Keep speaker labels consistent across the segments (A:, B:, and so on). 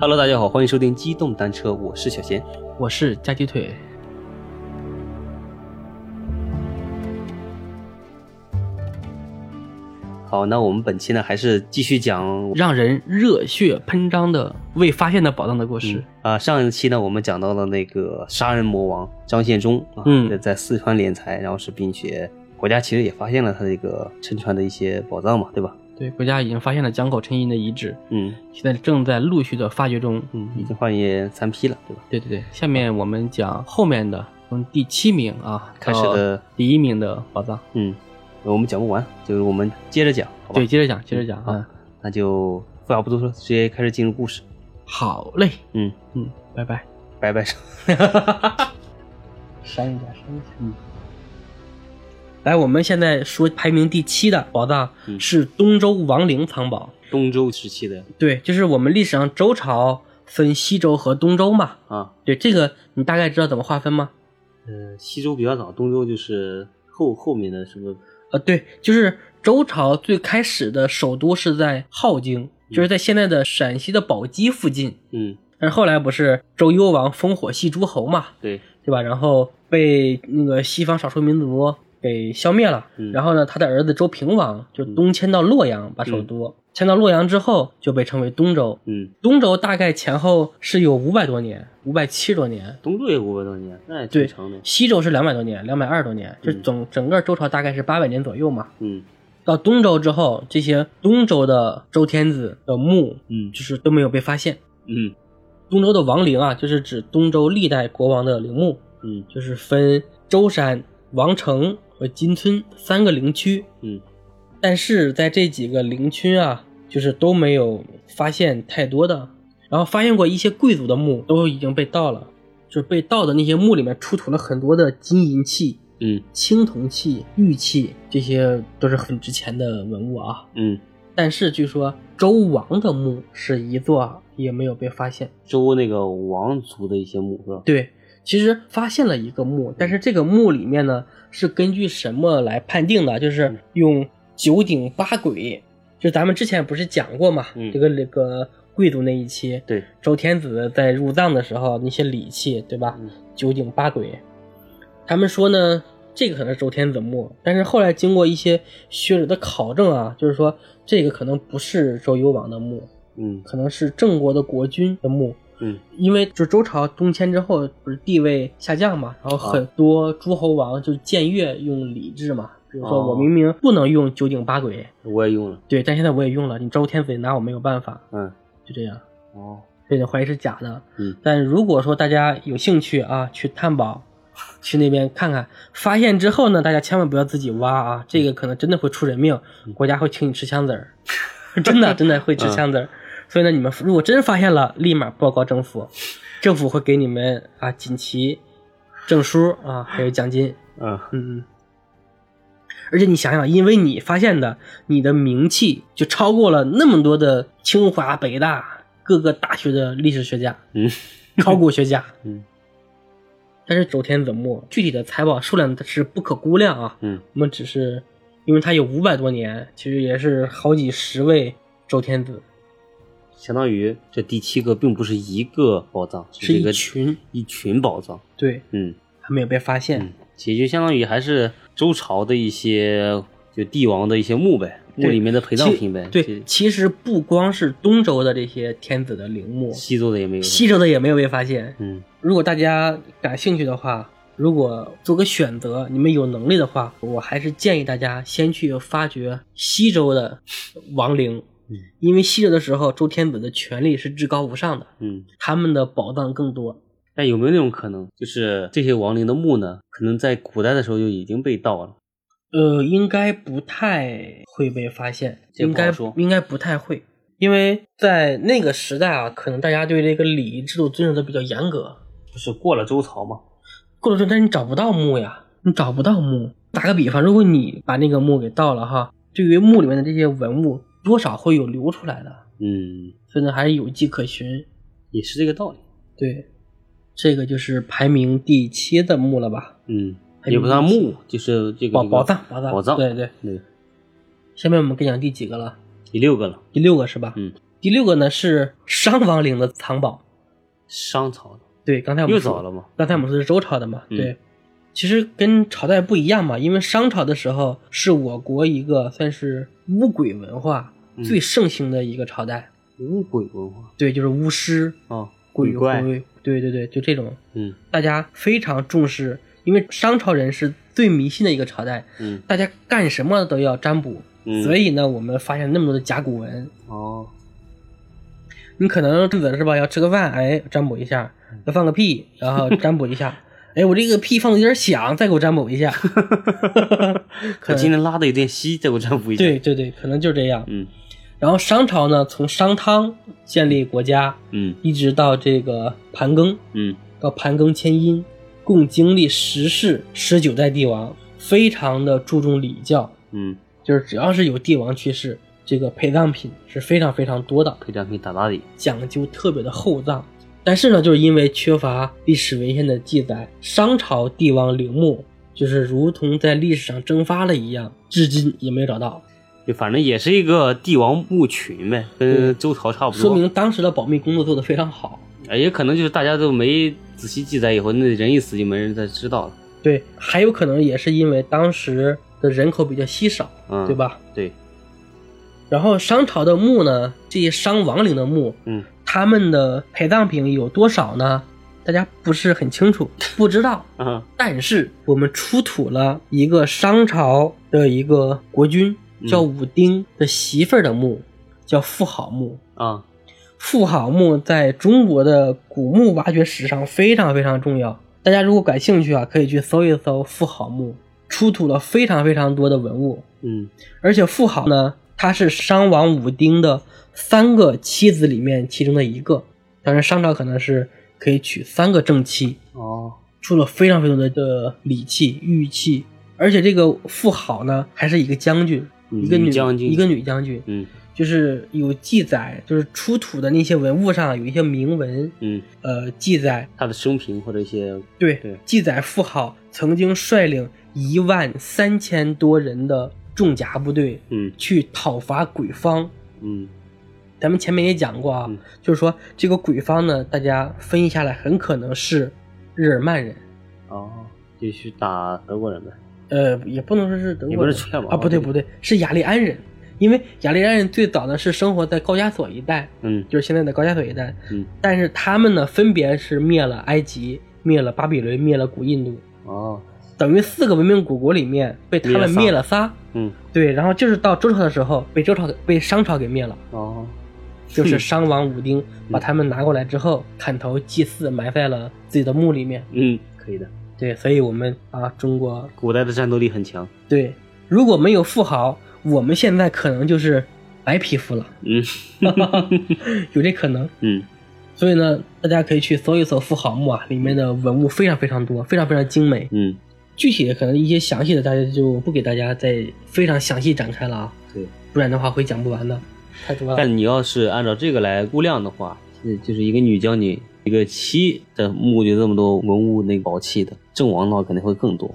A: Hello，大家好，欢迎收听机动单车，我是小贤。
B: 我是夹鸡腿。
A: 好，那我们本期呢，还是继续讲
B: 让人热血喷张的未发现的宝藏的故事。
A: 啊，上一期呢，我们讲到了那个杀人魔王张献忠啊，
B: 嗯
A: 这在四川敛财，然后是并且国家其实也发现了他这个沉船的一些宝藏嘛，对吧？
B: 对，国家已经发现了江口陈寅的遗址，
A: 嗯
B: 现在正在陆续的发掘中。
A: 嗯，已经换也三批了，对吧？
B: 对对对，下面我们讲后面的，从第七名啊
A: 开始的
B: 到第一名的宝藏。
A: 嗯，我们讲不完，就是我们接着讲，嗯好吧？
B: 对，接着讲，接着讲
A: 好
B: 啊。
A: 那就废话不多说，直接开始进入故事。
B: 好嘞，
A: 嗯，
B: 嗯，拜拜。
A: 拜 拜。
B: 删一下，删一下。嗯。来，我们现在说排名第七的宝藏
A: 嗯
B: 是东周王陵藏宝。
A: 东周时期的
B: 对，就是我们历史上周朝分西周和东周嘛。
A: 啊，
B: 对，这个你大概知道怎么划分吗？
A: 呃，西周比较早，东周就是后后面的什么？
B: 呃，对，就是周朝最开始的首都是在镐京，就是在现在的陕西的宝鸡附近。
A: 嗯，
B: 但是后来不是周幽王烽火戏诸侯嘛，
A: 对，
B: 对吧？然后被那个西方少数民族给消灭了。
A: 嗯
B: 然后呢，他的儿子周平王就东迁到洛阳，把首都、迁到洛阳之后，就被称为东周。
A: 嗯，
B: 东周大概前后是有五百多年，五百七十多年。
A: 东周也五百多年，那也挺
B: 对
A: 长的。
B: 西周是两百多年，两百二十多年，就
A: 嗯
B: 总、整个周朝大概是八百年左右嘛。
A: 嗯
B: 到东周之后，这些东周的周天子的墓
A: 嗯
B: 就是都没有被发现。
A: 嗯
B: 东周的王陵啊，就是指东周历代国王的陵墓，
A: 嗯
B: 就是分舟山、王城和金村三个陵区。
A: 嗯
B: 但是在这几个陵区啊，就是都没有发现太多的，然后发现过一些贵族的墓都已经被盗了，就是被盗的那些墓里面出土了很多的金银器、
A: 嗯
B: 青铜器、玉器，这些都是很值钱的文物啊。
A: 嗯，
B: 但是据说周王的墓是一座也没有被发现。
A: 周那个王族的一些墓是吧？
B: 对，其实发现了一个墓，但是这个墓里面呢是根据什么来判定的？就是用九鼎八簋，就咱们之前不是讲过嘛，
A: 嗯
B: 这个那个贵族那一期，
A: 对，
B: 周天子在入葬的时候那些礼器，对吧？
A: 嗯
B: 九鼎八簋，他们说呢，这个可能是周天子墓，但是后来经过一些学者的考证啊，就是说这个可能不是周幽王的墓，
A: 嗯
B: 可能是郑国的国君的墓。
A: 嗯
B: 因为就周朝东迁之后，不是地位下降嘛，然后
A: 啊
B: 很多诸侯王就僭越用礼制嘛，比如
A: 哦
B: 说我明明不能用九鼎八簋，
A: 我也用了。
B: 对，但现在我也用了，你周天子也拿我没有办法，
A: 嗯
B: 就这样，
A: 哦，
B: 所以怀疑是假的。
A: 嗯
B: 但如果说大家有兴趣啊，去探宝，去那边看看，发现之后呢，大家千万不要自己挖啊，这个可能真的会出人命，国家会请你吃枪子儿， 真的真的会吃枪子儿。所以呢，你们如果真发现了，立马报告政府，政府会给你们啊锦旗、证书啊，还有奖金。
A: 嗯
B: 嗯嗯。而且你想啊想，因为你发现的，你的名气就超过了那么多的清华、北大各个大学的历史学家、
A: 嗯
B: 考古学家。
A: 嗯
B: 但是周天子墓具体的财宝数量是不可估量啊，
A: 嗯
B: 我们只是因为它有五百多年，其实也是好几十位周天子，
A: 相当于这第七个并不是一个宝藏，
B: 是
A: 这个
B: 一群，
A: 一群宝藏。
B: 对，
A: 嗯
B: 还没有被发现。
A: 嗯，其实就相当于还是周朝的一些就帝王的一些墓呗，墓
B: 对
A: 里面的陪葬
B: 其
A: 品呗。
B: 对，其实不光是东周的这些天子的陵墓
A: 其，西周的也没有。
B: 西周的也没有被发现，
A: 嗯
B: 如果大家感兴趣的话，如果做个选择，你们有能力的话，我还是建议大家先去发掘西周的王陵
A: 嗯，
B: 因为西周的时候，周天子的权力是至高无上的，
A: 嗯。
B: 他们的宝藏更多。
A: 但有没有那种可能，就是这些亡灵的墓呢，可能在古代的时候就已经被盗了？
B: 呃，应该不太会被发现，
A: 这
B: 应
A: 不好
B: 该
A: 说
B: 应该不太会，因为在那个时代啊，可能大家对这个礼仪制度遵守的比较严格，
A: 不是过了周朝嘛？
B: 过了这，但是你找不到墓呀，你找不到墓。打个比方，如果你把那个墓给盗了哈，对于墓里面的这些文物，多少会有流出来的，
A: 嗯，
B: 所以呢还是有迹可循。
A: 也是这个道理。
B: 对，这个就是排名第七的墓了吧？
A: 嗯，
B: 还
A: 也不算
B: 有
A: 墓，就是这个
B: 宝
A: 这个
B: 宝藏，宝藏，
A: 宝藏。
B: 对对。
A: 对，
B: 下面我们该讲第几个了？
A: 第六个了。
B: 第六个是吧？
A: 嗯。
B: 第六个呢是商王陵的藏宝。
A: 商朝
B: 对，刚才我们
A: 又
B: 说
A: 早了嘛，
B: 刚才我们说是周朝的嘛，
A: 嗯
B: 对，其实跟朝代不一样嘛，因为商朝的时候是我国一个算是巫鬼文化
A: 嗯
B: 最盛行的一个朝代，
A: 巫鬼文化
B: 对，就是巫师、
A: 哦，
B: 鬼
A: 鬼怪，
B: 魂，对对对，就这种，
A: 嗯
B: 大家非常重视，因为商朝人是最迷信的一个朝代，
A: 嗯
B: 大家干什么都要占卜，
A: 嗯，
B: 所以呢，我们发现那么多的甲骨文，
A: 哦，
B: 你可能日子是吧？要吃个饭，哎，占卜一下；要放个屁，然后占卜 一下。哎，我这个屁放的有点响，再给我占卜一下。
A: 可今天拉的有点稀，这我占卜一下，
B: 对，对对，可能就这样。
A: 嗯
B: 然后商朝呢，从商汤建立国家，
A: 嗯
B: 一直到这个盘庚，
A: 嗯
B: 到盘庚迁殷，共经历十世十九代帝王，非常的注重礼教，
A: 嗯，
B: 就是只要是有帝王去世，这个陪葬品是非常非常多的。
A: 陪葬品打打理，
B: 讲究特别的厚葬。但是呢，就是因为缺乏历史文献的记载，商朝帝王陵墓就是如同在历史上蒸发了一样，至今也没有找到，
A: 就反正也是一个帝王墓群呗，跟周朝差不多，
B: 说明当时的保密工作做得非常好。
A: 哎也可能就是大家都没仔细记载，以后那人一死就没人再知道了，
B: 对，还有可能也是因为当时的人口比较稀少，
A: 嗯，
B: 对？吧？
A: 对，
B: 然后商朝的墓呢，这些商王陵的墓，
A: 嗯
B: 他们的陪葬品有多少呢？大家不是很清楚，不知道。
A: 啊，
B: 但是我们出土了一个商朝的一个国君
A: 嗯
B: 叫武丁的媳妇儿的墓，叫妇好墓。
A: 啊，
B: 妇好墓在中国的古墓挖掘史上非常非常重要。大家如果感兴趣啊，可以去搜一搜妇好墓，出土了非常非常多的文物。
A: 嗯
B: 而且妇好呢，她是商王武丁的三个妻子里面其中的一个。当然，商朝可能是可以娶三个正妻，
A: 哦，
B: 出了非常非常多的礼器、玉器，而且这个妇好呢，还是一个将军，
A: 嗯
B: 一个女
A: 女将军
B: 一个女将军，
A: 嗯
B: 就是有记载，就是出土的那些文物上有一些铭文，
A: 嗯，
B: 呃，记载
A: 他的生平或者一些，
B: 对
A: 对
B: 记载妇好曾经率领一万三千多人的重甲部队
A: 嗯
B: 去讨伐鬼方。
A: 嗯
B: 咱们前面也讲过啊，
A: 嗯
B: 就是说这个鬼方呢，大家分析下来很可能是日耳曼人，
A: 哦，就去打德国人呗，
B: 呃，也不能说是德
A: 也
B: 国
A: 不
B: 人
A: 是确保
B: 啊，不对不对，是雅利安人，因为雅利安人最早呢是生活在高加索一带，
A: 嗯
B: 就是现在的高加索一带，
A: 嗯，
B: 但是他们呢分别是灭了埃及、灭了巴比伦、灭了古印度，
A: 哦，
B: 等于四个文明古国里面被他们
A: 灭
B: 灭了仨，
A: 嗯
B: 对，然后就是到周朝的时候被周朝被商朝给灭了，
A: 哦，
B: 就是商王武丁把他们拿过来之后砍头祭祀，埋在了自己的墓里面，
A: 嗯，可以的，
B: 对，所以我们啊中国
A: 古代的战斗力很强，
B: 对，如果没有富豪，我们现在可能就是白皮肤了，
A: 嗯
B: 有这可能。
A: 嗯
B: 所以呢，大家可以去搜一搜富豪墓啊，里面的文物非常非常多，非常非常精美。
A: 嗯，
B: 具体的可能一些详细的，大家就不给大家再非常详细展开了啊，
A: 对。
B: 不然的话会讲不完的，太多了。
A: 但你要是按照这个来估量的话，是就是一个女将军，一个妻的墓就这么多文物那个宝器的，阵亡的话肯定会更多。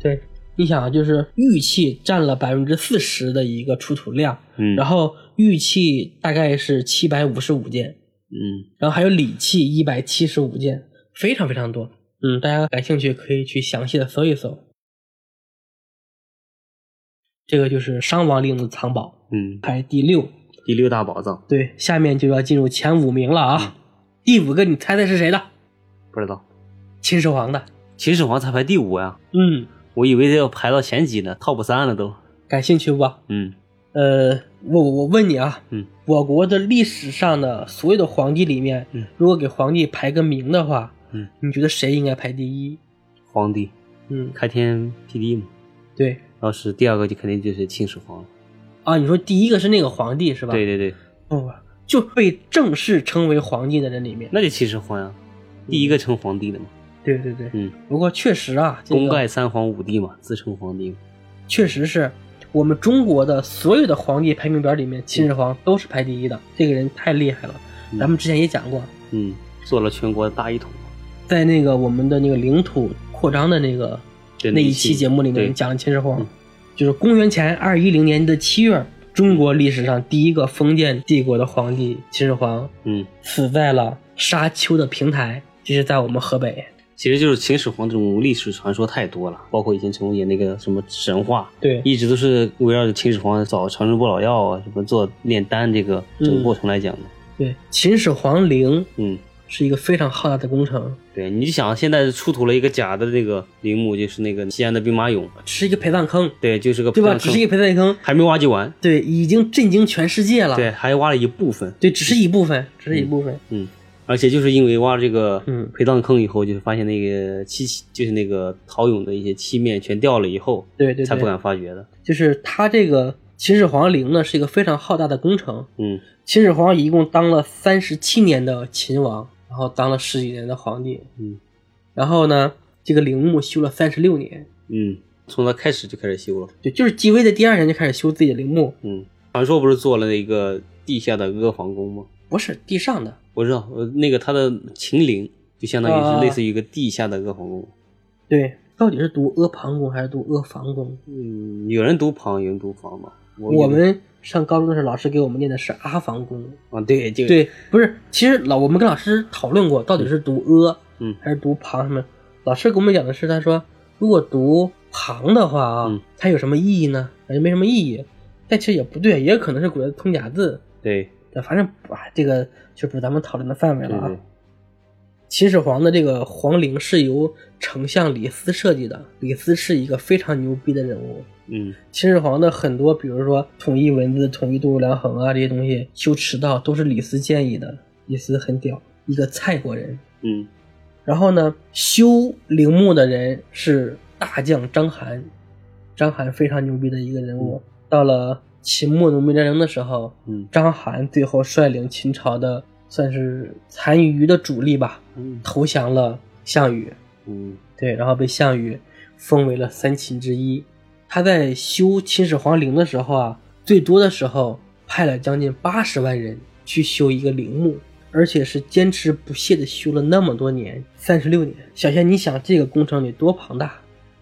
B: 对，你想啊，就是玉器占了百分之四十的一个出土量，
A: 嗯，
B: 然后玉器大概是七百五十五件，
A: 嗯
B: 然后还有礼器一百七十五件，非常非常多。嗯，大家感兴趣可以去详细的搜一搜。这个就是商王陵的藏宝，
A: 嗯，
B: 排第六。
A: 第六大宝藏
B: 对，下面就要进入前五名了啊。
A: 嗯
B: 第五个，你猜猜是谁的？
A: 不知道，
B: 秦始皇的。
A: 秦始皇才排第五呀、
B: 嗯，
A: 我以为这要排到前几呢，top 三了都。
B: 感兴趣不？
A: 嗯
B: 呃，我我问你啊，
A: 嗯，
B: 我国的历史上的所有的皇帝里面，
A: 嗯
B: 如果给皇帝排个名的话，
A: 嗯，
B: 你觉得谁应该排第一？
A: 皇帝
B: 嗯，
A: 开天辟地嘛，
B: 对
A: 要是第二个就肯定就是秦始皇了。
B: 啊，你说第一个是那个皇帝是吧？
A: 对对对，
B: 不不，就被正式称为皇帝的人里面。
A: 那就秦始皇呀、
B: 嗯
A: 第一个称皇帝的嘛。
B: 对对对，
A: 嗯，
B: 不过确实啊，这个
A: 功盖三皇五帝嘛，自称皇帝嘛。
B: 确实是我们中国的所有的皇帝排名表里面，秦始皇都是排第一的。这个人太厉害了，
A: 嗯
B: 咱们之前也讲过，
A: 嗯，做了全国大一统。
B: 在那个我们的那个领土扩张的那个
A: 对
B: 那
A: 那
B: 一
A: 一
B: 期
A: 期
B: 节目里
A: 对
B: 面讲了秦始皇
A: 嗯，
B: 就是公元前二一零年的七月，中国历史上第一个封建帝国的皇帝秦始皇
A: 嗯，
B: 死在了沙丘的平台，这是在我们河北。
A: 其实就是秦始皇这种历史传说太多了，包括以前陈红演那个什么神话，
B: 对，
A: 一直都是围绕着秦始皇找长生不老药啊，什么做炼丹这个整
B: 嗯
A: 个过程来讲的。
B: 对，秦始皇陵
A: 嗯，
B: 是一个非常浩大的工程，
A: 对，你就想现在出土了一个假的那个陵墓，就是那个西安的兵马俑，
B: 是一个陪葬坑，
A: 对，就是个
B: 对
A: 陪
B: 吧？
A: 葬
B: 只
A: 坑
B: 是一个陪葬坑，啊
A: 还没挖掘完，
B: 对，已经震惊全世界了。
A: 对，还挖了一部分，
B: 对，只是一部分，只是一部分。
A: 嗯，而且就是因为挖了这个
B: 嗯
A: 陪葬坑以后，就是发现那个漆，就是那个陶俑的一些漆面全掉了以后，
B: 对对
A: 才不
B: 对，
A: 敢发掘的。
B: 就是它这个秦始皇陵呢，是一个非常浩大的工程。
A: 嗯
B: 秦始皇一共当了三十七年的秦王，然后当了十几年的皇帝，
A: 嗯
B: 然后呢，这个陵墓修了三十六年，
A: 嗯，从他开始就开始修了。
B: 对，就是继位的第二年就开始修自己的陵墓，
A: 嗯，传说不是做了一个地下的阿房宫吗？
B: 不是地上的，
A: 我知道，呃，那个他的秦陵就相当于
B: 啊
A: 是类似于一个地下的阿房宫。
B: 对，到底是读阿房宫还是读阿房宫？
A: 嗯，有人读旁，有人读房嘛。
B: 我
A: 我
B: 们上高中的时候，老师给我们念的是阿房宫，
A: 啊，对，就，
B: 对，不是，其实老我们跟老师讨论过，到底是读阿，
A: 嗯
B: 还是读旁什么？老师给我们讲的是，他说如果读旁的话啊，
A: 嗯
B: 它有什么意义呢？感觉没什么意义，但其实也不对，也可能是古代的通假字。
A: 对
B: 对，反正啊，这个就不是咱们讨论的范围
A: 对
B: 了啊。
A: 对，
B: 秦始皇的这个皇陵是由丞相李斯设计的，李斯是一个非常牛逼的人物。
A: 嗯
B: 秦始皇的很多，比如说统一文字、统一度量衡啊这些东西，修驰道都是李斯建议的。李斯很屌，一个蔡国人。
A: 嗯
B: 然后呢，修陵墓的人是大将章邯，章邯非常牛逼的一个人物。到了秦末农民战争的时候，
A: 嗯
B: 章邯最后率领秦朝的算是残余的主力吧，
A: 嗯
B: 投降了项羽。
A: 嗯
B: 对，然后被项羽封为了三秦之一。他在修秦始皇陵的时候啊，最多的时候派了将近八十万人去修一个陵墓，而且是坚持不懈的修了那么多年，三十六年。小仙，你想这个工程得多庞大？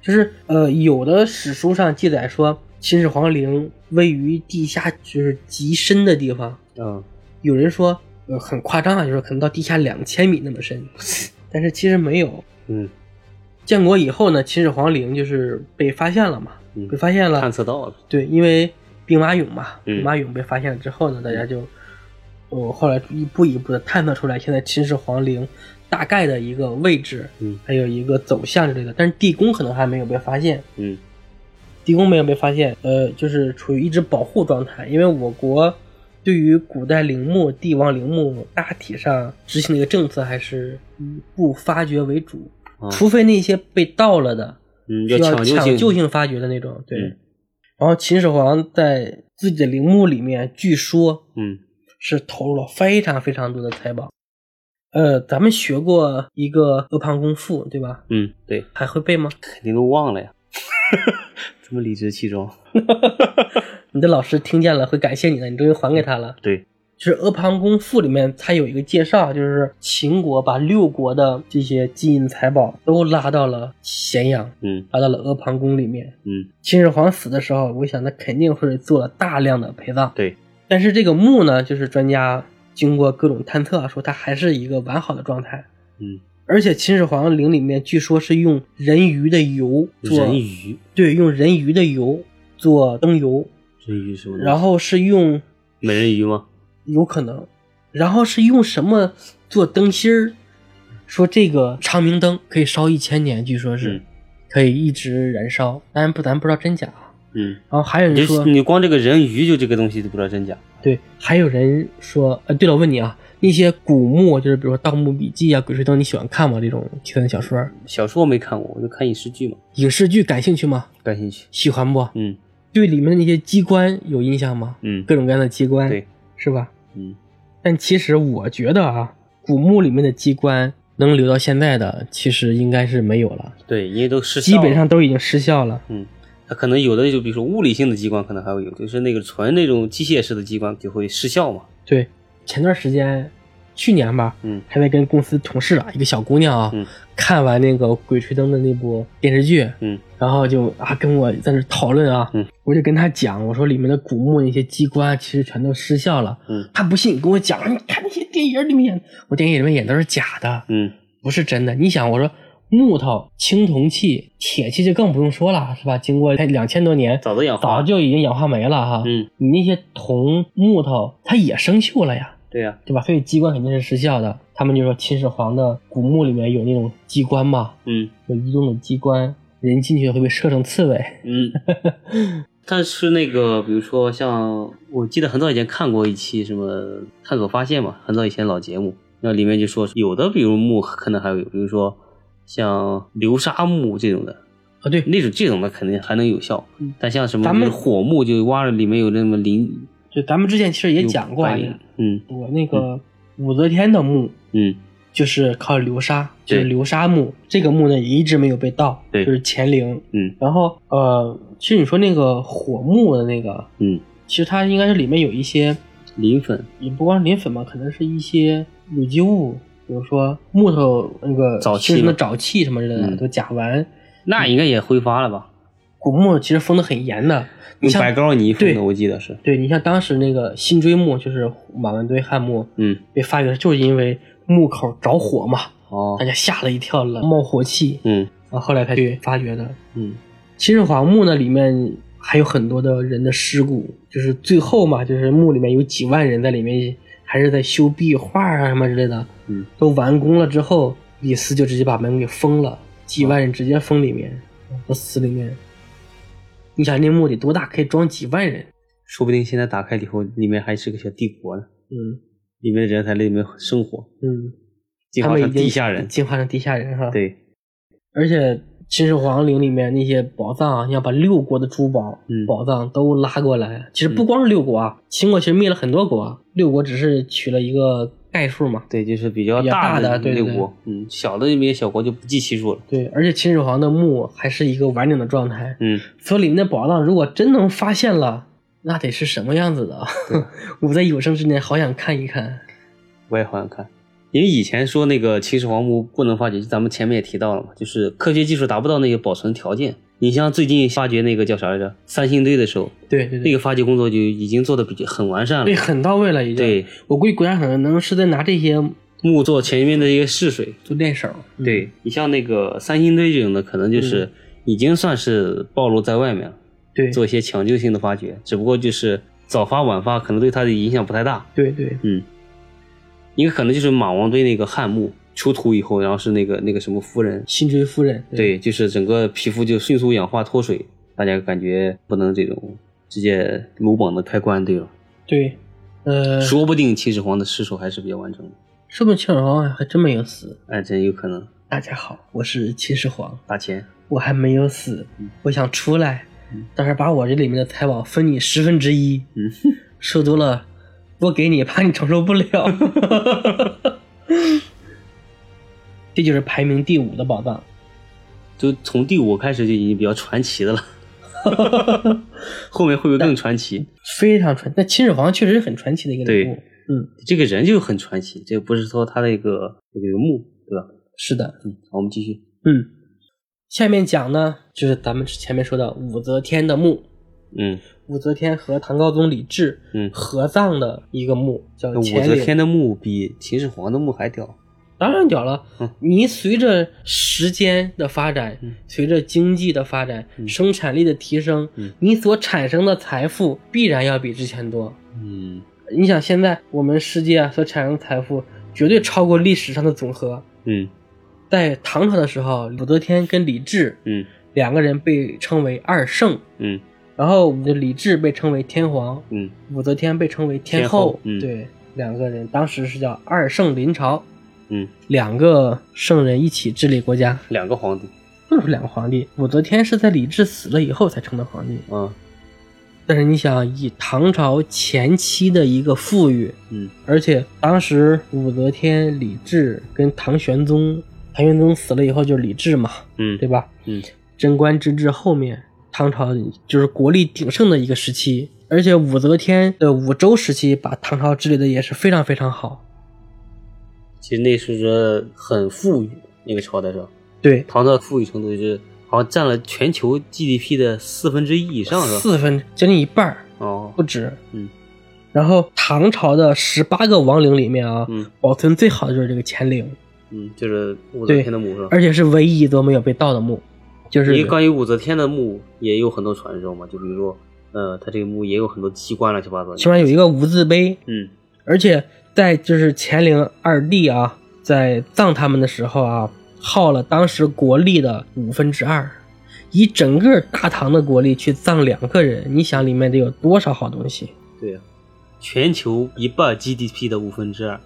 B: 就是呃，有的史书上记载说，秦始皇陵位于地下就是极深的地方，
A: 嗯
B: 有人说呃很夸张啊，就是可能到地下两千米那么深， 但是其实没有，
A: 嗯
B: 建国以后呢，秦始皇陵就是被发现了嘛，
A: 嗯
B: 被，发现了。
A: 探测到了。
B: 对，因为兵马俑嘛，
A: 嗯
B: 兵马俑被发现了之后呢，大家就，我、后来一步一步的探测出来，现在秦始皇陵大概的一个位置，
A: 嗯
B: 还有一个走向之类的，但是地宫可能还没有被发现。
A: 嗯
B: 地宫没有被发现，呃，就是处于一直保护状态，因为我国对于古代陵墓、帝王陵墓大体上执行的一个政策还是以不发掘为主，
A: 啊
B: 除非那些被盗了的，
A: 嗯，
B: 需要
A: 抢
B: 抢
A: 性
B: 救性发掘的那种。对，
A: 嗯
B: 然后秦始皇在自己的陵墓里面，据说
A: 嗯
B: 是投入了非常非常多的财宝。呃，咱们学过一个《阿房宫赋》，对吧？
A: 嗯，对，
B: 还会背吗？
A: 肯定都忘了呀， 这么理直气壮。
B: 你的老师听见了会感谢你的，你终于还给他了。
A: 对，
B: 就是《阿房宫赋》里面，它有一个介绍，就是秦国把六国的这些金银财宝都拉到了咸阳，
A: 嗯
B: 拉到了阿房宫里面。
A: 嗯
B: 秦始皇死的时候，我想他肯定会做了大量的陪葬。
A: 对，
B: 但是这个墓呢，就是专家经过各种探测啊，说它还是一个完好的状态。
A: 嗯，
B: 而且秦始皇陵里面据说是用人鱼的油做，
A: 人鱼，
B: 对，用人鱼的油做灯油，
A: 人鱼什么东西？
B: 然后是用
A: 美人鱼吗？
B: 有可能，然后是用什么做灯芯儿？说这个长明灯可以烧一千年，据说是、
A: 嗯
B: 可以一直燃烧，当然不，咱不知道真假啊。
A: 嗯，
B: 然后还有
A: 你
B: 人
A: 就
B: 说，
A: 你光这个人鱼就这个东西都不知道真假。
B: 对，还有人说，呃，对了，我问你啊，那些古墓，就是比如说《盗墓笔记》啊，《鬼吹灯》，你喜欢看吗？这种奇幻小说、
A: 小说没看过，我就看影视剧嘛，
B: 影视剧感兴趣吗？
A: 感兴趣。
B: 喜欢不？
A: 嗯
B: 对里面的那些机关有印象吗？
A: 嗯，
B: 各种各样的机关，
A: 对，
B: 是吧？
A: 嗯
B: 但其实我觉得啊，古墓里面的机关能留到现在的，其实应该是没有了，
A: 对，因为都失效
B: 基
A: 了
B: 本上都已经失效了。
A: 嗯。它可能有的就比如说物理性的机关可能还会有，就是那个纯那种机械式的机关就会失效嘛。
B: 对，前段时间去年吧，
A: 嗯
B: 还在跟公司同事啊，一个小姑娘啊，
A: 嗯
B: 看完那个《鬼吹灯》的那部电视剧，
A: 嗯
B: 然后就啊跟我在那讨论啊，
A: 嗯
B: 我就跟她讲，我说里面的古墓那些机关其实全都失效了，
A: 嗯
B: 她不信，跟我讲，你看那些电影里面演，我电影里面演都是假的，
A: 嗯
B: 不是真的。你想，我说木头、青铜器、铁器就更不用说了，是吧？经过两千多年，
A: 早都氧化
B: 早就已经氧化没了哈。
A: 嗯，
B: 你那些铜、木头，它也生锈了呀，
A: 对呀、
B: 对吧？所以机关肯定是失效的。他们就说秦始皇的古墓里面有那种机关嘛，
A: 嗯
B: 有一种种机关，人进去会被射成刺猬。
A: 嗯。但是那个，比如说像我记得很早以前看过一期什么“探索发现”嘛，很早以前老节目，那里面就说有的，比如墓可能还有，比如说像流沙墓这种的，
B: 啊，对，
A: 那种这种的肯定还能有效
B: 嗯。
A: 但像什么
B: 咱们
A: 比如火墓就挖了里面有那么磷，
B: 就咱们之前其实也讲过
A: 有
B: 啊，
A: 白磷嗯
B: 我那个武则天的墓，
A: 嗯
B: 就是靠流沙，就
A: 对
B: 是流沙墓。这个墓呢也一直没有被盗，
A: 对
B: 就是乾陵。
A: 嗯
B: 然后呃，其实你说那个火墓的那个，
A: 嗯，
B: 其实它应该是里面有一些，
A: 磷粉、
B: 也不光是磷粉吧，可能是一些有机物，比如说木头那个
A: 沼气
B: 形成的
A: 嘛
B: 沼气什么之类的，
A: 嗯
B: 都甲烷。
A: 那应该也挥发了吧？
B: 古墓其实封得很严的，你
A: 用
B: 像
A: 白膏泥封
B: 对
A: 的，我记得是。
B: 对你像当时那个辛追墓，就是马文堆汉墓
A: 嗯
B: 被发掘，就是因为墓口着火嘛，
A: 哦
B: 大家吓了一跳了，冒火气，
A: 嗯
B: 然后后来才去发掘的。
A: 嗯
B: 秦始皇墓呢，里面还有很多的人的尸骨，就是最后嘛，就是墓里面有几万人在里面，还是在修壁画啊什么之类的，
A: 嗯
B: 都完工了之后，李斯就直接把门给封了，几万人直接封里面，都死里面。你想那墓得多大，可以装几万人？
A: 说不定现在打开以后，里面还是个小帝国呢，
B: 嗯
A: 里面的人还在里面生活，
B: 嗯，
A: 进
B: 他
A: 化
B: 们
A: 成
B: 已经
A: 地下人。
B: 进化成地下人哈。，
A: 对，
B: 而且秦始皇陵里面那些宝藏啊，你要把六国的珠宝、
A: 嗯
B: 宝藏都拉过来。其实不光是六国啊，秦国其实灭了很多国啊，六国只是取了一个概数嘛。
A: 对，就是比较
B: 比较大的
A: 的
B: 对对
A: 六国，嗯，小的那些小国就不计其数了。
B: 对，而且秦始皇的墓还是一个完整的状态，
A: 嗯，
B: 所以里面的宝藏如果真能发现了，那得是什么样子的啊？ 我在有生之年好想看一看。
A: 我也好想看，因为以前说那个秦始皇墓不能发掘，咱们前面也提到了嘛，就是科学技术达不到那个保存条件。你像最近发掘那个叫啥来着三星堆的时候，
B: 对对
A: 那
B: 对，
A: 个发掘工作就已经做的比较很完善
B: 对
A: 了。
B: 很到位了已经。
A: 对，
B: 我估计国家可能是在拿这些
A: 墓做前面的一个试水。
B: 做练手。嗯
A: 对你像那个三星堆这种的，可能就是已经算是暴露在外面了，
B: 对
A: 做一些抢救性的发掘，只不过就是早发晚发，可能对它的影响不太大。
B: 对对，
A: 嗯，一个可能就是马王堆那个汉墓出土以后，然后是那个那个什么夫人
B: 辛追夫人。
A: 对，就是整个皮肤就迅速氧化脱水，大家感觉不能这种直接鲁莽的开棺，对吧？
B: 对，呃，
A: 说不定秦始皇的尸首还是比较完整的，
B: 说不定秦始皇还真没有死。
A: 哎，真有可能。
B: 大家好，我是秦始皇，
A: 打钱，
B: 我还没有死
A: 嗯，
B: 我想出来
A: 嗯，
B: 但是把我这里面的财宝分你十分之一，
A: 嗯，
B: 说多了多给你，怕你承受不 了。这就是排名第五的宝藏。
A: 就从第五开始就已经比较传奇的了，后面会不会更传奇？
B: 非常传，那秦始皇确实是很传奇的一个人物
A: 对。
B: 嗯，
A: 这个人就很传奇，这不是说他那个这个墓，对吧？
B: 是的，
A: 嗯，好，我们继续。
B: 嗯。下面讲呢，就是咱们前面说的武则天的墓，
A: 嗯，
B: 武则天和唐高宗李治，
A: 嗯
B: 合葬的一个墓叫
A: 那武
B: 乾
A: 则
B: 陵。
A: 天的墓比秦始皇的墓还屌。
B: 当然屌了
A: 嗯，
B: 你随着时间的发展，
A: 嗯
B: 随着经济的发展，
A: 嗯
B: 生产力的提升，
A: 嗯
B: 你所产生的财富必然要比之前多。
A: 嗯
B: 你想，现在我们世界啊所产生的财富绝对超过历史上的总和。
A: 嗯
B: 在唐朝的时候，武则天跟李治
A: 嗯
B: 两个人被称为二圣，
A: 嗯
B: 然后李治被称为天皇，
A: 嗯
B: 武则天被称为
A: 天
B: 天后，
A: 后嗯
B: 对，两个人当时是叫二圣临朝，
A: 嗯，
B: 两个圣人一起治理国家，
A: 两个皇帝。
B: 不是两个皇帝。武则天是在李治死了以后才称的皇帝，
A: 啊，
B: 但是你想，以唐朝前期的一个富裕，
A: 嗯
B: 而且当时武则天、李治跟唐玄宗，唐玄宗死了以后就是李治嘛，
A: 嗯
B: 对吧？
A: 嗯
B: 贞观之治后面，唐朝就是国力鼎盛的一个时期，而且武则天的武周时期把唐朝治理的也是非常非常好。
A: 其实那是说很富裕那个朝代上，
B: 对，
A: 唐朝的富裕程度是好像占了全球 GDP 的四分之一以上是吧？
B: 四分将近一半儿
A: 哦，
B: 不止。
A: 嗯，
B: 然后唐朝的十八个王陵里面啊，
A: 嗯
B: 保存最好的就是这个乾陵，
A: 嗯，就是武则天的墓是吧？
B: 而且是唯一一座没有被盗的墓，就是
A: 因为关于武则天的墓也有很多传说嘛，就比如说，呃，她这个墓也有很多机关乱七八糟的。
B: 起码有一个无字碑，
A: 嗯
B: 而且在就是乾陵二帝啊，在葬他们的时候啊，耗了当时国力的五分之二，以整个大唐的国力去葬两个人，你想里面得有多少好东西？
A: 对呀、全球一半 GDP 的五分之二，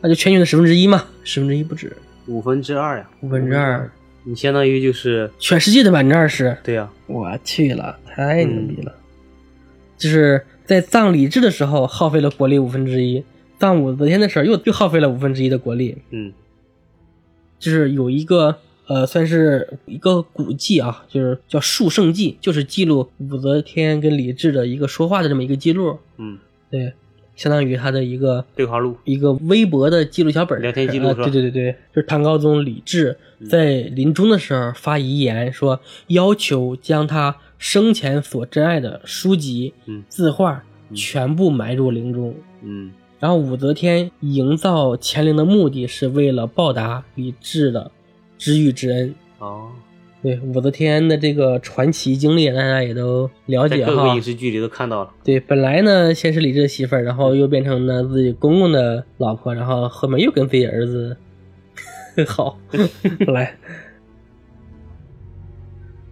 B: 那就全球的十分之一嘛，十分之一不止，
A: 五分之二呀、
B: 五分之二，
A: 你相当于就是
B: 全世界的百分之二十。
A: 对呀、啊
B: 我去了，太牛逼了！就是在葬李治的时候耗费了国力五分之一，葬武则天的时候又又耗费了五分之一的国力。
A: 嗯
B: 就是有一个呃，算是一个古迹啊，就是叫《述圣记》，就是记录武则天跟李治的一个说话的这么一个记录。
A: 嗯，
B: 对，相当于他的一个
A: 对话录，
B: 一个微博的记录小本儿
A: 聊天记录
B: 呃
A: 是吧嗯
B: 对对对对，就是唐高宗李治在临终的时候发遗言说，要求将他生前所珍爱的书籍、
A: 嗯
B: 字画
A: 嗯
B: 全部埋入陵中。
A: 嗯
B: 然后武则天营造乾陵的目的是为了报答李治的知遇之恩。
A: 哦，
B: 对武则天的这个传奇经历，大家也都了
A: 在
B: 解
A: 各个
B: 哈
A: 影。视剧里都看到了。
B: 对，本来呢先是李治的媳妇儿，然后又变成了自己公公的老婆，然后后面又跟自己儿子 好来。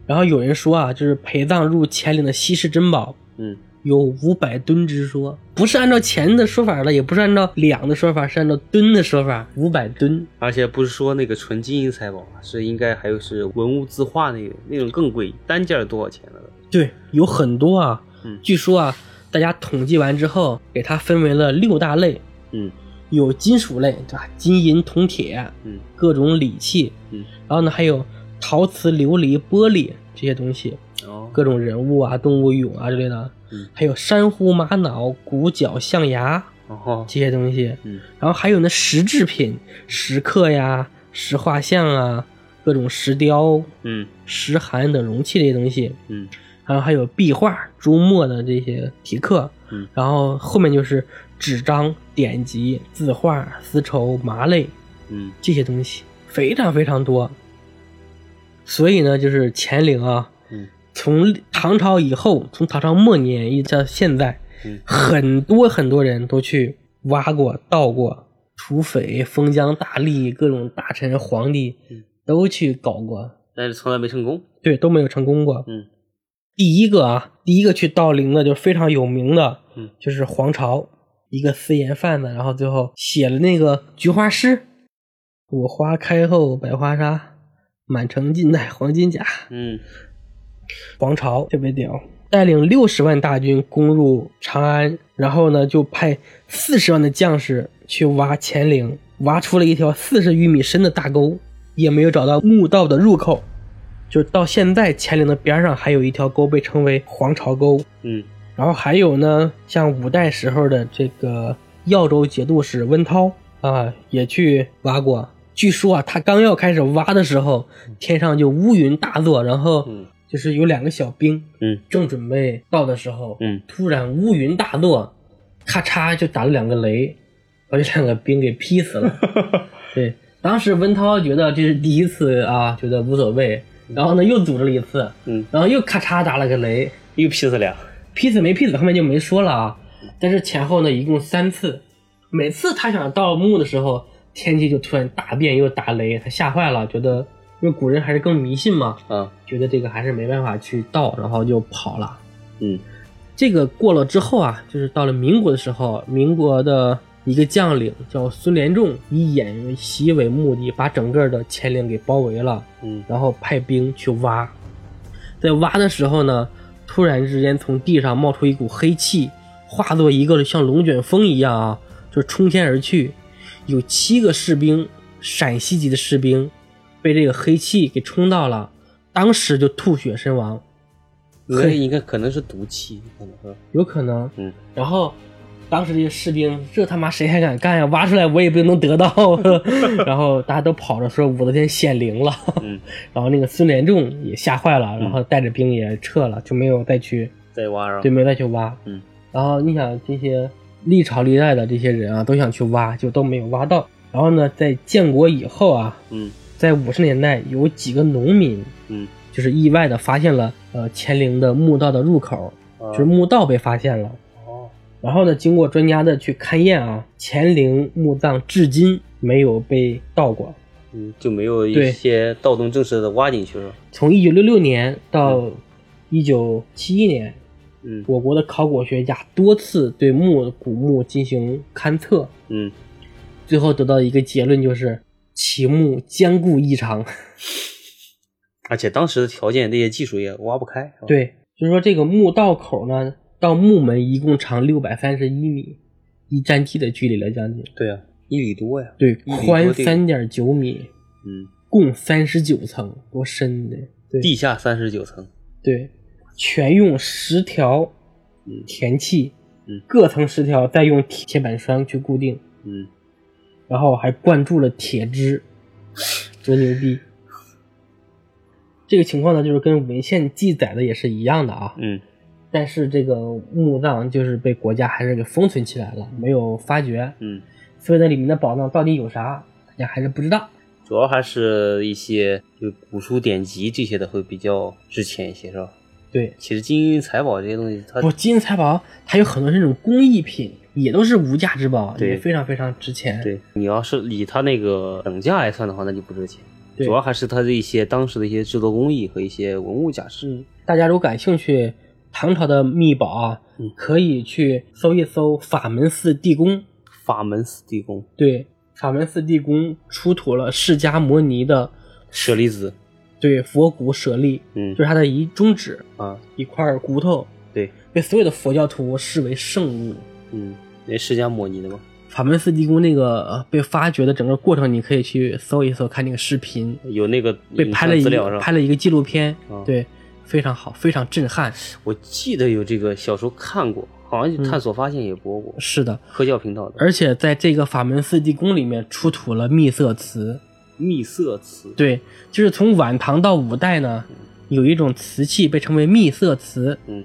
B: 然后有人说啊，就是陪葬入乾陵的稀世珍宝
A: 嗯
B: 有五百吨之说，不是按照钱的说法了，也不是按照两的说法，是按照吨的说法，五百吨。
A: 而且不是说那个纯金银财宝，啊是应该还有是文物字画那个那种更贵，单件儿多少钱的？
B: 对，有很多啊。
A: 嗯
B: 据说啊，大家统计完之后，给它分为了六大类，
A: 嗯
B: 有金属类，对吧？金银铜铁，
A: 嗯
B: 各种礼器，
A: 嗯，
B: 然后呢还有陶瓷、琉璃、玻璃这些东西，
A: 哦，
B: 各种人物啊、动物俑啊之类的，
A: 嗯
B: 还有珊瑚、玛瑙、骨角、象牙
A: 哦，
B: 这些东西，
A: 嗯
B: 然后还有那石制品、石刻呀、石画像啊、各种石雕、
A: 嗯
B: 石函等容器这些东西，
A: 嗯
B: 然后还有壁画、朱墨的这些题刻，
A: 嗯
B: 然后后面就是纸张、典籍、字画、丝绸、麻类
A: 嗯
B: 这些东西，非常非常多。所以呢，就是乾陵啊，
A: 嗯
B: 从唐朝以后，从唐朝末年一直到现在，
A: 嗯
B: 很多很多人都去挖过、盗过，土匪、封疆大吏、各种大臣、皇帝
A: 嗯
B: 都去搞过，
A: 但是从来没成功。
B: 对，都没有成功过。
A: 嗯
B: 第一个啊，第一个去盗陵的就是非常有名的，
A: 嗯
B: 就是黄巢一个私盐贩子，然后最后写了那个菊花诗：“我花开后百花杀，满城尽带黄金甲。”
A: 嗯
B: 黄巢特别屌，带领六十万大军攻入长安，然后呢就派四十万的将士去挖乾陵，挖出了一条四十余米深的大沟，也没有找到墓道的入口。就到现在，乾陵的边上还有一条沟被称为黄巢沟。
A: 嗯
B: 然后还有呢，像五代时候的这个耀州节度使温韬啊，也去挖过。据说啊，他刚要开始挖的时候，天上就乌云大作，然后
A: 嗯
B: 就是有两个小兵
A: 嗯
B: 正准备到的时候，
A: 嗯
B: 突然乌云大作，咔嚓就打了两个雷，把这两个兵给劈死了。对，当时温韬觉得这是第一次啊，觉得无所谓，然后呢又组织了一次，
A: 嗯，
B: 然后又咔嚓打了个雷，
A: 又劈死俩。
B: 劈死没劈死后面就没说了啊。
A: 嗯
B: 但是前后呢一共三次，每次他想盗墓的时候，天气就突然大变，又打雷，他吓坏了，觉得因为古人还是更迷信嘛，
A: 啊
B: 觉得这个还是没办法去盗，然后就跑了。
A: 嗯
B: 这个过了之后啊，就是到了民国的时候，民国的一个将领叫孙连仲，以演习为目的，把整个的乾陵给包围了。
A: 嗯
B: 然后派兵去挖。在挖的时候呢，突然之间从地上冒出一股黑气，化作一个像龙卷风一样啊，就冲天而去。有七个士兵，陕西籍的士兵，被这个黑气给冲到了，当时就吐血身亡，
A: 应该应该可能是毒气，可能是吧
B: 有可能。
A: 嗯
B: 然后当时这些士兵，这他妈谁还敢干呀？挖出来我也不能得到。 然后大家都跑着说武则天显灵了，
A: 嗯
B: 然后那个孙连仲也吓坏了，然后带着兵也撤了，就没有再去，
A: 再挖上
B: 对，，没有再去挖。
A: 啊嗯，
B: 然后你想这些历朝历代的这些人啊，都想去挖，就都没有挖到。然后呢，在建国以后啊，
A: 嗯
B: 在五十年代有几个农民
A: 嗯，
B: 就是意外的发现了呃乾陵的墓道的入口，
A: 啊
B: 就是墓道被发现了。
A: 哦，
B: 然后呢，经过专家的去勘验啊，乾陵墓葬至今没有被盗过。
A: 嗯，就没有一
B: 对
A: 些盗洞正式的挖进去了，
B: 从一九六六年到一九七一年，
A: 嗯
B: 我国的考古学家多次对墓古墓进行勘测，
A: 嗯，
B: 最后得到一个结论就是其墓坚固异常。
A: 而且当时的条件，这些技术也挖不开，是吧，
B: 对，就是说这个墓道口呢，到墓门一共长六百三十一米，一站地的距离了将近，
A: 对啊，一里多呀，
B: 对，
A: 一米多
B: 宽
A: 地
B: 三点九米，
A: 嗯，
B: 共三十九层，多深的？对
A: 地下三十九层，
B: 对，全用十条
A: 嗯
B: 填器，
A: 嗯
B: 各层十条，再用铁铁板栓去固定，
A: 嗯，
B: 然后还灌注了铁汁，多牛逼！这个情况呢，就是跟文献记载的也是一样的啊。
A: 嗯
B: 但是这个墓葬就是被国家还是给封存起来了，没有发掘，
A: 嗯，
B: 所以那里面的宝藏到底有啥，大家还是不知道。
A: 主要还是一些就古书典籍这些的会比较值钱一些，是吧？
B: 对，
A: 其实金银财宝这些东西，它
B: 不，金银财宝它有很多是那种工艺品，也都是无价之宝，
A: 对
B: 也非常非常值钱。
A: 对你要是以它那个等价来算的话，那就不值钱。
B: 对
A: 主要还是它的一些当时的一些制作工艺和一些文物价值。
B: 大家如果感兴趣，唐朝的秘宝啊，
A: 嗯
B: 可以去搜一搜法门寺地宫。
A: 法门寺地宫、
B: 对，法门寺地宫出土了释迦摩尼的
A: 舍利子，
B: 对佛骨舍利，
A: 嗯
B: 就是他的一中指
A: 啊，
B: 一块骨头，
A: 对，
B: 被所有的佛教徒视为圣物。
A: 嗯，那释迦摩尼的吗？
B: 法门寺地宫那个呃被发掘的整个过程，你可以去搜一搜，看那个视频，
A: 有那个
B: 被拍了
A: 影像
B: 一
A: 资料是吧？
B: 拍了一个纪录片，
A: 啊
B: 对，非常好，非常震撼。
A: 我记得有这个，小时候看过，好像探索发现也播过，
B: 嗯是的，
A: 科教频道的。
B: 而且在这个法门寺地宫里面出土了秘色瓷，
A: 秘色瓷，
B: 对，就是从晚唐到五代呢，有一种瓷器被称为秘色瓷。
A: 嗯，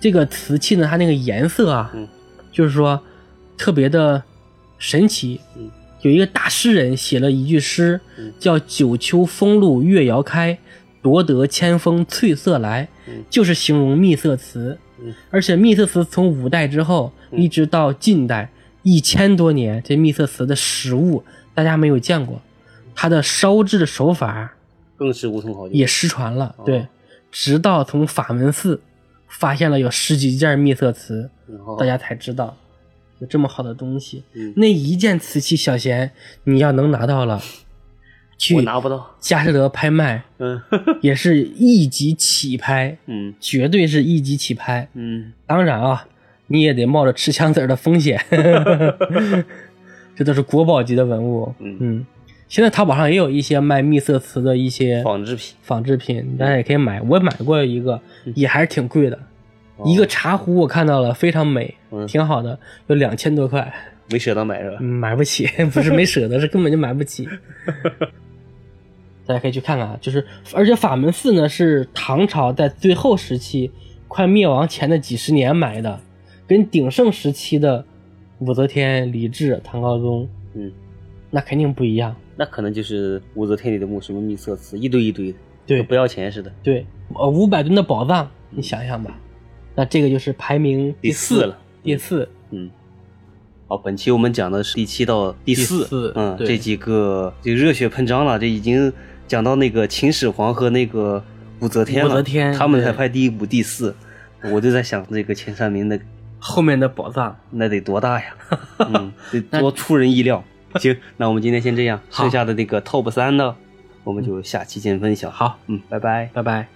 B: 这个瓷器呢，它那个颜色啊，
A: 嗯
B: 就是说特别的神奇。
A: 嗯
B: 有一个大诗人写了一句诗，
A: 嗯
B: 叫“九秋风露月遥开，夺得千峰翠色来”，
A: 嗯
B: 就是形容秘色瓷。
A: 嗯
B: 而且秘色瓷从五代之后
A: 嗯
B: 一直到近代一千多年，这秘色瓷的实物大家没有见过，它的烧制手法
A: 更是无从考究。
B: 也失传了
A: 哦。
B: 对，直到从法门寺发现了有十几件秘色瓷，
A: 然后
B: 大家才知道有这么好的东西。
A: 嗯
B: 那一件瓷器，小贤，你要能拿到了，
A: 我
B: 去
A: 拿不到，
B: 佳士得拍卖
A: 嗯
B: 也是一级起拍，
A: 嗯
B: 绝对是一级起拍。
A: 嗯，
B: 当然啊，你也得冒着吃枪子儿的风险，这都是国宝级的文物。
A: 嗯
B: 现在淘宝上也有一些卖秘色瓷的一些
A: 纺织品，
B: 仿制品，
A: 嗯
B: 大家也可以买。我买过一个，也还是挺贵的。
A: 哦
B: 一个茶壶我看到了，非常美，
A: 嗯
B: 挺好的，有两千多块，
A: 没舍得买是吧？
B: 嗯买不起，不是没舍得，是根本就买 不起。大家可以去看看啊，就是而且法门寺呢是唐朝在最后时期快灭亡前的几十年埋的，跟鼎盛时期的武则天、李治、唐高宗
A: 嗯，
B: 那肯定不一样。
A: 那可能就是武则天里的墓，什么秘色瓷，一堆一堆的，
B: 对
A: 就不要钱似的。
B: 对，呃，五百吨的宝藏，你想想吧，那这个就是排名
A: 第
B: 四
A: 四了，
B: 第四，
A: 嗯，好，本期我们讲的是第七到第四，
B: 第四
A: 嗯，
B: 对
A: 这几个就热血喷张了，这已经讲到那个秦始皇和那个武则天了，
B: 武则天
A: 他们才
B: 对
A: 拍第一部第四，我就在想这个前三名的
B: 后面的宝藏。
A: 那得多大 呀？嗯，得多出人意料。行，那我们今天先这样，
B: 好
A: 剩
B: 嗯
A: 下的那个 top 三呢，我们就下期见分享。
B: 好，
A: 嗯，拜拜。
B: 拜拜。